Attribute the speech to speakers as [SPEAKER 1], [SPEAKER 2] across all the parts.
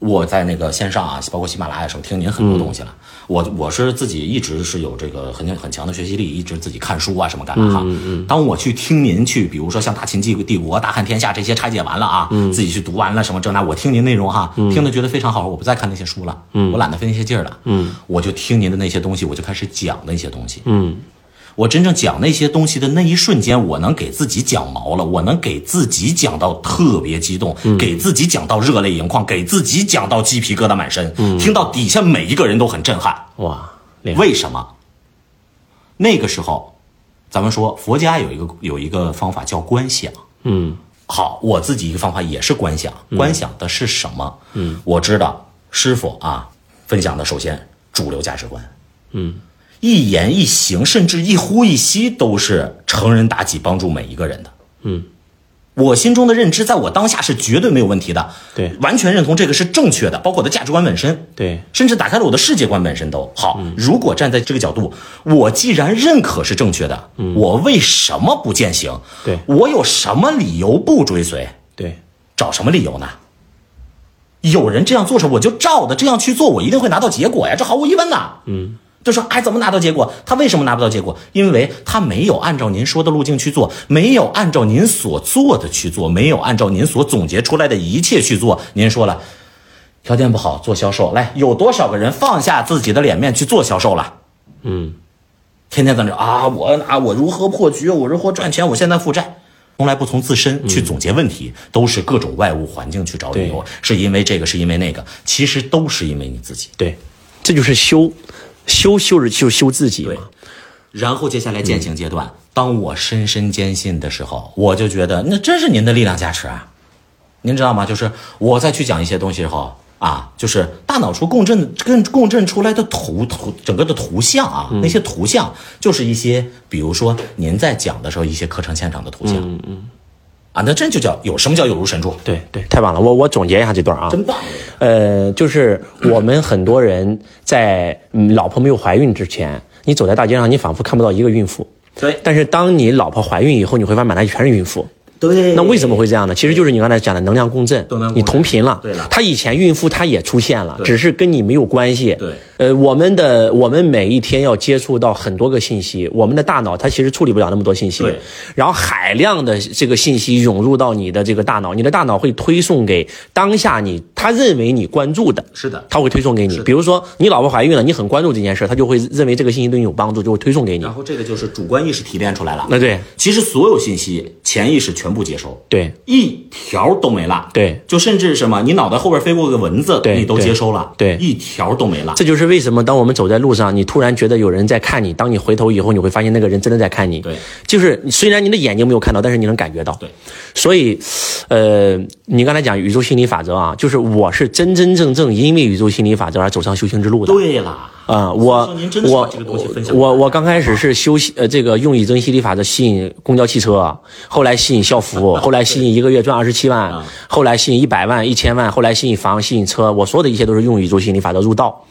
[SPEAKER 1] 我在那个线上啊，包括喜马拉雅上听您很多东西了。我我是自己一直是有这个很很强的学习力，一直自己看书啊什么
[SPEAKER 2] 嗯
[SPEAKER 1] 干嘛哈。当我去听您去，比如说像《大秦帝帝国》《大汉天下》这些拆解完了啊，自己去读完了什么这那，我听您内容哈，听的觉得非常好，我不再看那些书了，我懒得费那些劲儿了，我就听您的那些东西，我就开始讲那些东西。
[SPEAKER 2] 嗯
[SPEAKER 1] 我真正讲那些东西的那一瞬间，我能给自己讲毛了，我能给自己讲到特别激动，给自己讲到热泪盈眶，给自己讲到鸡皮疙瘩满身，听到底下每一个人都很震撼。
[SPEAKER 2] 哇，厉害！
[SPEAKER 1] 为什么？那个时候，咱们说佛家有一个有一个方法叫观想。
[SPEAKER 2] 嗯
[SPEAKER 1] 好，我自己一个方法也是观想，观想的是什么？嗯，我知道师傅啊分享的首先主流价值观，
[SPEAKER 2] 嗯，
[SPEAKER 1] 一言一行，甚至一呼一吸，都是成人妲己帮助每一个人的。
[SPEAKER 2] 嗯，
[SPEAKER 1] 我心中的认知，在我当下是绝对没有问题的。
[SPEAKER 2] 对
[SPEAKER 1] 完全认同这个是正确的，包括我的价值观本身。
[SPEAKER 2] 对，
[SPEAKER 1] 甚至打开了我的世界观本身都好。如果站在这个角度，我既然认可是正确的，我为什么不践行？
[SPEAKER 2] 对
[SPEAKER 1] 我有什么理由不追随？
[SPEAKER 2] 对，
[SPEAKER 1] 找什么理由呢？有人这样做着，我就照着这样去做，我一定会拿到结果呀，这毫无疑问呐。嗯，就说哎，怎么拿到结果？他为什么拿不到结果？因为他没有按照您说的路径去做，没有按照您所做的去做，没有按照您所总结出来的一切去做。您说了，条件不好做销售，来，有多少个人放下自己的脸面去做销售了？
[SPEAKER 2] 嗯
[SPEAKER 1] 天天在那啊，我啊，我如何破局？我如何赚钱？我现在负债，从来不从自身去总结问题，都是各种外物环境去找理由
[SPEAKER 2] 嗯对，
[SPEAKER 1] 是因为这个，是因为那个，其实都是因为你自己。
[SPEAKER 2] 对，这就是修，修修着就是修自己嘛。
[SPEAKER 1] 然后接下来践行阶
[SPEAKER 2] 嗯
[SPEAKER 1] 段，当我深深坚信的时候，我就觉得那真是您的力量加持啊！您知道吗？就是我再去讲一些东西之后啊，就是大脑处共振跟共振出来的图图整个的图像啊，
[SPEAKER 2] 嗯
[SPEAKER 1] 那些图像就是一些，比如说您在讲的时候一些课程现场的图像，嗯嗯，啊，那真就叫有什么叫有如神助，
[SPEAKER 2] 对对，太棒了！我我总结一下这段啊，
[SPEAKER 1] 真棒！
[SPEAKER 2] 呃，就是我们很多人在嗯老婆没有怀孕之前，你走在大街上，你仿佛看不到一个孕妇。
[SPEAKER 1] 对
[SPEAKER 2] 但是当你老婆怀孕以后，你会发现满大街全是孕妇。
[SPEAKER 1] 对
[SPEAKER 2] 那为什么会这样呢？其实就是你刚才讲的能量共振
[SPEAKER 1] 能量，共振
[SPEAKER 2] 你同频了。
[SPEAKER 1] 对了
[SPEAKER 2] 她以前孕妇她也出现了，
[SPEAKER 1] 对
[SPEAKER 2] 只是跟你没有关系。
[SPEAKER 1] 对
[SPEAKER 2] 呃，我们的我们每一天要接触到很多个信息，我们的大脑它其实处理不了那么多信息。
[SPEAKER 1] 对
[SPEAKER 2] 然后海量的这个信息涌入到你的这个大脑，你的大脑会推送给当下你他认为你关注的。
[SPEAKER 1] 是的
[SPEAKER 2] 他会推送给你。比如说你老婆怀孕了，你很关注这件事，他就会认为这个信息对你有帮助，就会推送给你
[SPEAKER 1] 然。后这个就是主观意识提炼出来了。
[SPEAKER 2] 那对
[SPEAKER 1] 其实所有信息潜意识全部接收，
[SPEAKER 2] 对
[SPEAKER 1] 一条都没落。
[SPEAKER 2] 对，
[SPEAKER 1] 就甚至什么，你脑袋后边飞过个蚊子，
[SPEAKER 2] 对
[SPEAKER 1] 你都接收了，
[SPEAKER 2] 对对
[SPEAKER 1] 一条都没落。
[SPEAKER 2] 这就是为什么当我们走在路上，你突然觉得有人在看你，当你回头以后，你会发现那个人真的在看你。
[SPEAKER 1] 对，
[SPEAKER 2] 就是虽然你的眼睛没有看到，但是你能感觉到。
[SPEAKER 1] 对，
[SPEAKER 2] 所以，呃，你刚才讲宇宙心理法则啊，就是我是真真正正因为宇宙心理法则而走上修行之路的。
[SPEAKER 1] 对啦，
[SPEAKER 2] 啊、
[SPEAKER 1] 所以
[SPEAKER 2] 我
[SPEAKER 1] 说您真的是把
[SPEAKER 2] 我
[SPEAKER 1] 这个东西分享给
[SPEAKER 2] 我我刚开始是修呃这个用以真心理法则吸引公交汽车，啊后来吸引校服，后来吸引一个月赚二十七 万，后来吸引一百万、一千万，后来吸引房、吸引车，我所有的一切都是用宇宙心理法则入道。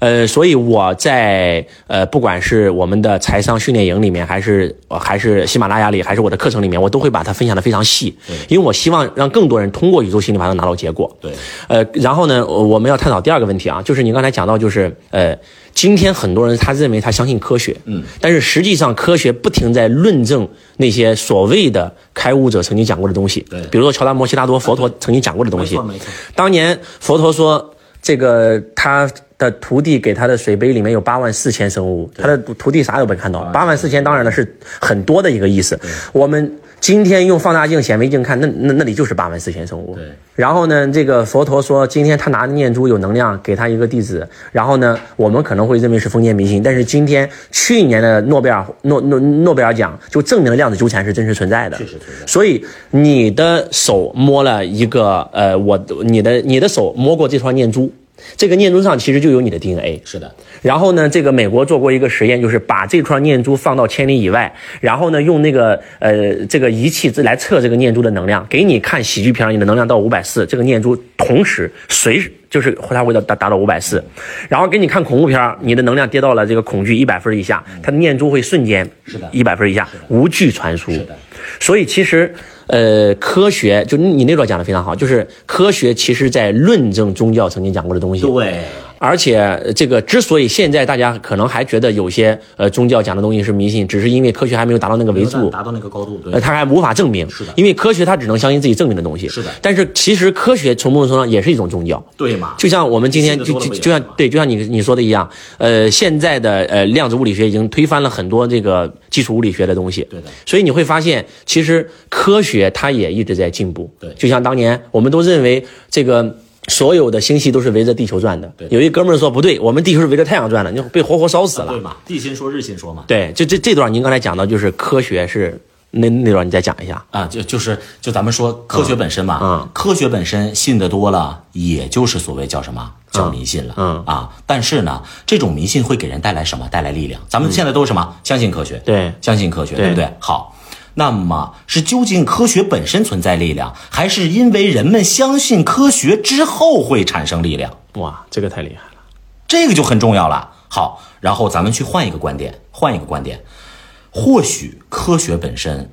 [SPEAKER 2] 呃，所以我在呃，不管是我们的财商训练营里面，还是呃还是喜马拉雅里，还是我的课程里面，我都会把它分享的非常细，因为我希望让更多人通过宇宙心理法则拿到结果。
[SPEAKER 1] 对，
[SPEAKER 2] 呃，然后呢，我我们要探讨第二个问题啊，就是你刚才讲到，就是呃，今天很多人他认为他相信科学，嗯，但是实际上科学不停在论证那些所谓的开悟者曾经讲过的东西，
[SPEAKER 1] 对
[SPEAKER 2] 比如说乔达摩悉达多佛陀曾经讲过的东
[SPEAKER 1] 没
[SPEAKER 2] 西
[SPEAKER 1] 错，没错，
[SPEAKER 2] 当年佛陀说，这个他的徒弟给他的水杯里面有八万四千生物，他的徒弟啥都没看
[SPEAKER 1] 啊
[SPEAKER 2] 到，八万四千当然了是很多的一个意思。我们今天用放大镜、显微镜看，那那那里就是八万四千生物。
[SPEAKER 1] 对
[SPEAKER 2] 然后呢，这个佛陀说，今天他拿念珠有能量，给他一个弟子。然后呢，我们可能会认为是封建迷信，但是今天去年的诺贝尔诺诺诺贝尔奖就证明了量子纠缠是真实存在的，
[SPEAKER 1] 确实存在
[SPEAKER 2] 所以你的手摸了一个呃，我你的你的手摸过这串念珠，这个念珠上其实就有你的 DNA。
[SPEAKER 1] 是的，
[SPEAKER 2] 然后呢，这个美国做过一个实验，就是把这串念珠放到千里以外，然后呢，用那个呃这个仪器来测这个念珠的能量，给你看喜剧片儿，你的能量到五百四，这个念珠同时随时就是它会到达达到五百四，然后给你看恐怖片儿，你的能量跌到了这个恐惧一百分以下，它的念珠会瞬间
[SPEAKER 1] 是的
[SPEAKER 2] 一百分以下无惧传输。
[SPEAKER 1] 的
[SPEAKER 2] 所以其实呃，科学就你那段讲的非常好，就是科学其实在论证宗教曾经讲过的东西。
[SPEAKER 1] 对，
[SPEAKER 2] 而且呃这个之所以现在大家可能还觉得有些呃宗教讲的东西是迷信，只是因为科学还没有达到那个维
[SPEAKER 1] 没有
[SPEAKER 2] 度。
[SPEAKER 1] 达到那个高度，对
[SPEAKER 2] 呃，，他还无法证明，
[SPEAKER 1] 是的
[SPEAKER 2] 因为科学它只能相信自己证明的东西，
[SPEAKER 1] 是的
[SPEAKER 2] 但是其实科学从某种程度上也是一种宗教，
[SPEAKER 1] 对嘛？
[SPEAKER 2] 就像我们今天
[SPEAKER 1] 信得
[SPEAKER 2] 就
[SPEAKER 1] 多了
[SPEAKER 2] 就
[SPEAKER 1] 不也
[SPEAKER 2] 就像
[SPEAKER 1] 是吗
[SPEAKER 2] 对，就像你你说的一样，呃，现在的呃量子物理学已经推翻了很多这个基础物理学的东西，
[SPEAKER 1] 对的
[SPEAKER 2] 所以你会发现，其实科学它也一直在进步，
[SPEAKER 1] 对
[SPEAKER 2] 就像当年我们都认为这个。所有的星系都是围着地球转的。
[SPEAKER 1] 对
[SPEAKER 2] 有一哥们儿说不对，我们地球是围着太阳转的，你就被活活烧死了
[SPEAKER 1] 对。嘛？地心说，日心说嘛。
[SPEAKER 2] 对，就这这段您刚才讲到，就是科学是那那段你再讲一下。
[SPEAKER 1] 啊，就就是就咱们说科学本身嘛，
[SPEAKER 2] 嗯
[SPEAKER 1] 科学本身信得多了，也就是所谓叫什么叫迷信了，
[SPEAKER 2] 嗯
[SPEAKER 1] 啊，但是呢，这种迷信会给人带来什么？带来力量。咱们现在都是什么？相信科学，
[SPEAKER 2] 嗯对
[SPEAKER 1] 相信科学，
[SPEAKER 2] 对
[SPEAKER 1] 对不对？好。那么是究竟科学本身存在力量，还是因为人们相信科学之后会产生力量？
[SPEAKER 2] 哇，这个太厉害了。
[SPEAKER 1] 这个就很重要了。好，然后咱们去换一个观点，换一个观点，或许科学本身，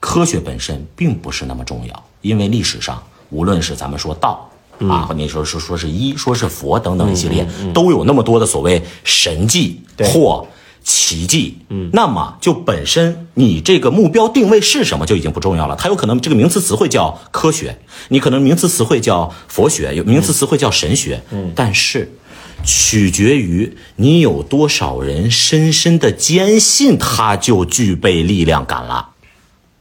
[SPEAKER 1] 科学本身并不是那么重要，因为历史上无论是咱们说道。啊，或者你说说说是一，说是佛等等一系列，都有那么多的所谓神迹或奇迹。嗯，那么就本身你这个目标定位是什么就已经不重要了。它有可能这个名词词汇叫科学，你可能名词词汇叫佛学，有名词词汇叫神学。嗯，但是取决于你有多少人深深的坚信它就具备力量感了。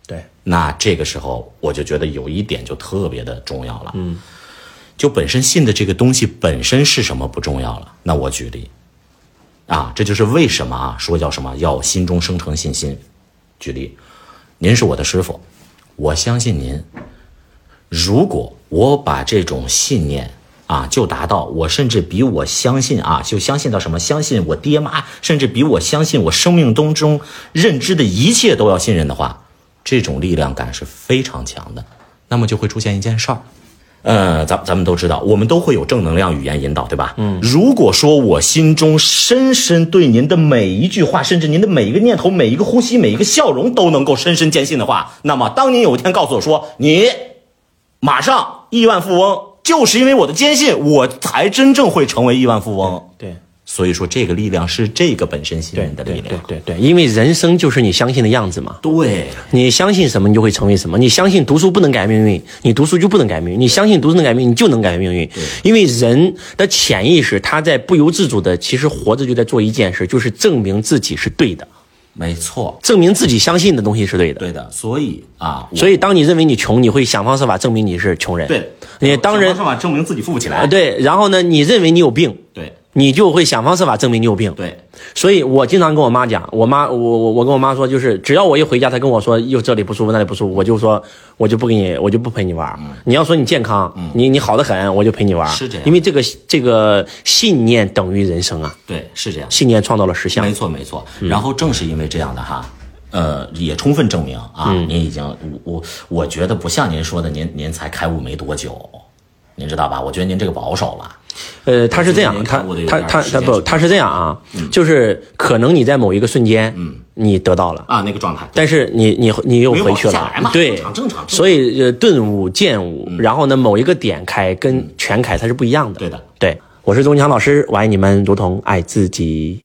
[SPEAKER 2] 对，
[SPEAKER 1] 那这个时候，我就觉得有一点就特别的重要了。嗯，就本身信的这个东西本身是什么不重要了。那我举例，啊，这就是为什么啊，说叫什么要心中生成信心。举例，您是我的师傅，我相信您。如果我把这种信念啊，就达到我甚至比我相信啊，就相信到什么，相信我爹妈，甚至比我相信我生命当中认知的一切都要信任的话，这种力量感是非常强的。那么就会出现一件事儿，呃，咱咱们都知道，我们都会有正能量语言引导，对吧？嗯，如果说我心中深深对您的每一句话，甚至您的每一个念头、每一个呼吸、每一个笑容都能够深深坚信的话，那么当您有一天告诉我说你马上亿万富翁，就是因为我的坚信，我才真正会成为亿万富翁。
[SPEAKER 2] 对。
[SPEAKER 1] 所以说，这个力量是这个本身信
[SPEAKER 2] 对
[SPEAKER 1] 任的
[SPEAKER 2] 对
[SPEAKER 1] 力
[SPEAKER 2] 对
[SPEAKER 1] 量。
[SPEAKER 2] 对对，因为人生就是你相信的样子嘛。
[SPEAKER 1] 对，
[SPEAKER 2] 你相信什么，你就会成为什么。你相信读书不能改变命运，你读书就不能改命运；你相信读书能改命运，你就能改变命运。因为人的潜意识，他在不由自主的，其实活着就在做一件事，就是证明自己是对的，
[SPEAKER 1] 没错，
[SPEAKER 2] 证明自己相信的东西是对的。
[SPEAKER 1] 对的。所以啊，
[SPEAKER 2] 所
[SPEAKER 1] 以
[SPEAKER 2] 以，当你认为你穷，你会想方设法证明你是穷人。
[SPEAKER 1] 对，
[SPEAKER 2] 你当人
[SPEAKER 1] 想方设法证明自己富不起
[SPEAKER 2] 啊，
[SPEAKER 1] 来。
[SPEAKER 2] 对，然后呢，你认为你有病，
[SPEAKER 1] 对
[SPEAKER 2] 你就会想方设法证明你有病。
[SPEAKER 1] 对，
[SPEAKER 2] 所以我经常跟我妈讲，我妈我我我跟我妈说，就是只要我一回家，她跟我说又这里不舒服那里不舒服，我就说我就不跟你我就不陪你玩儿。你要说你健康，你你好的很，我就陪你玩儿。
[SPEAKER 1] 嗯是这样
[SPEAKER 2] 因为这个这个信念等于人生啊，
[SPEAKER 1] 对，是这样。
[SPEAKER 2] 信念创造了实相
[SPEAKER 1] 没。错没错。然后正是因为这样的哈。呃，也充分证明啊，您已经我我我觉得不像您说的，您您才开悟没多久，您知道吧？我觉得您这个保守了。
[SPEAKER 2] 呃，他是这样，
[SPEAKER 1] 我觉
[SPEAKER 2] 他
[SPEAKER 1] 得您
[SPEAKER 2] 他
[SPEAKER 1] 看
[SPEAKER 2] 他
[SPEAKER 1] 我得有点
[SPEAKER 2] 他
[SPEAKER 1] 时间
[SPEAKER 2] 不，
[SPEAKER 1] 嗯
[SPEAKER 2] 他是这样啊，就是可能你在某一个瞬间，嗯，你得到了。
[SPEAKER 1] 啊，那个状态。
[SPEAKER 2] 但是你你你又
[SPEAKER 1] 没有
[SPEAKER 2] 回去
[SPEAKER 1] 往下
[SPEAKER 2] 了
[SPEAKER 1] 来嘛，
[SPEAKER 2] 对
[SPEAKER 1] 哎正，常正常嗯正常
[SPEAKER 2] 所以呃，顿悟见悟，然后呢，某一个点开跟全开它是不一样的。
[SPEAKER 1] 对的，
[SPEAKER 2] 对，我是钟强老师，我爱你们如同爱自己。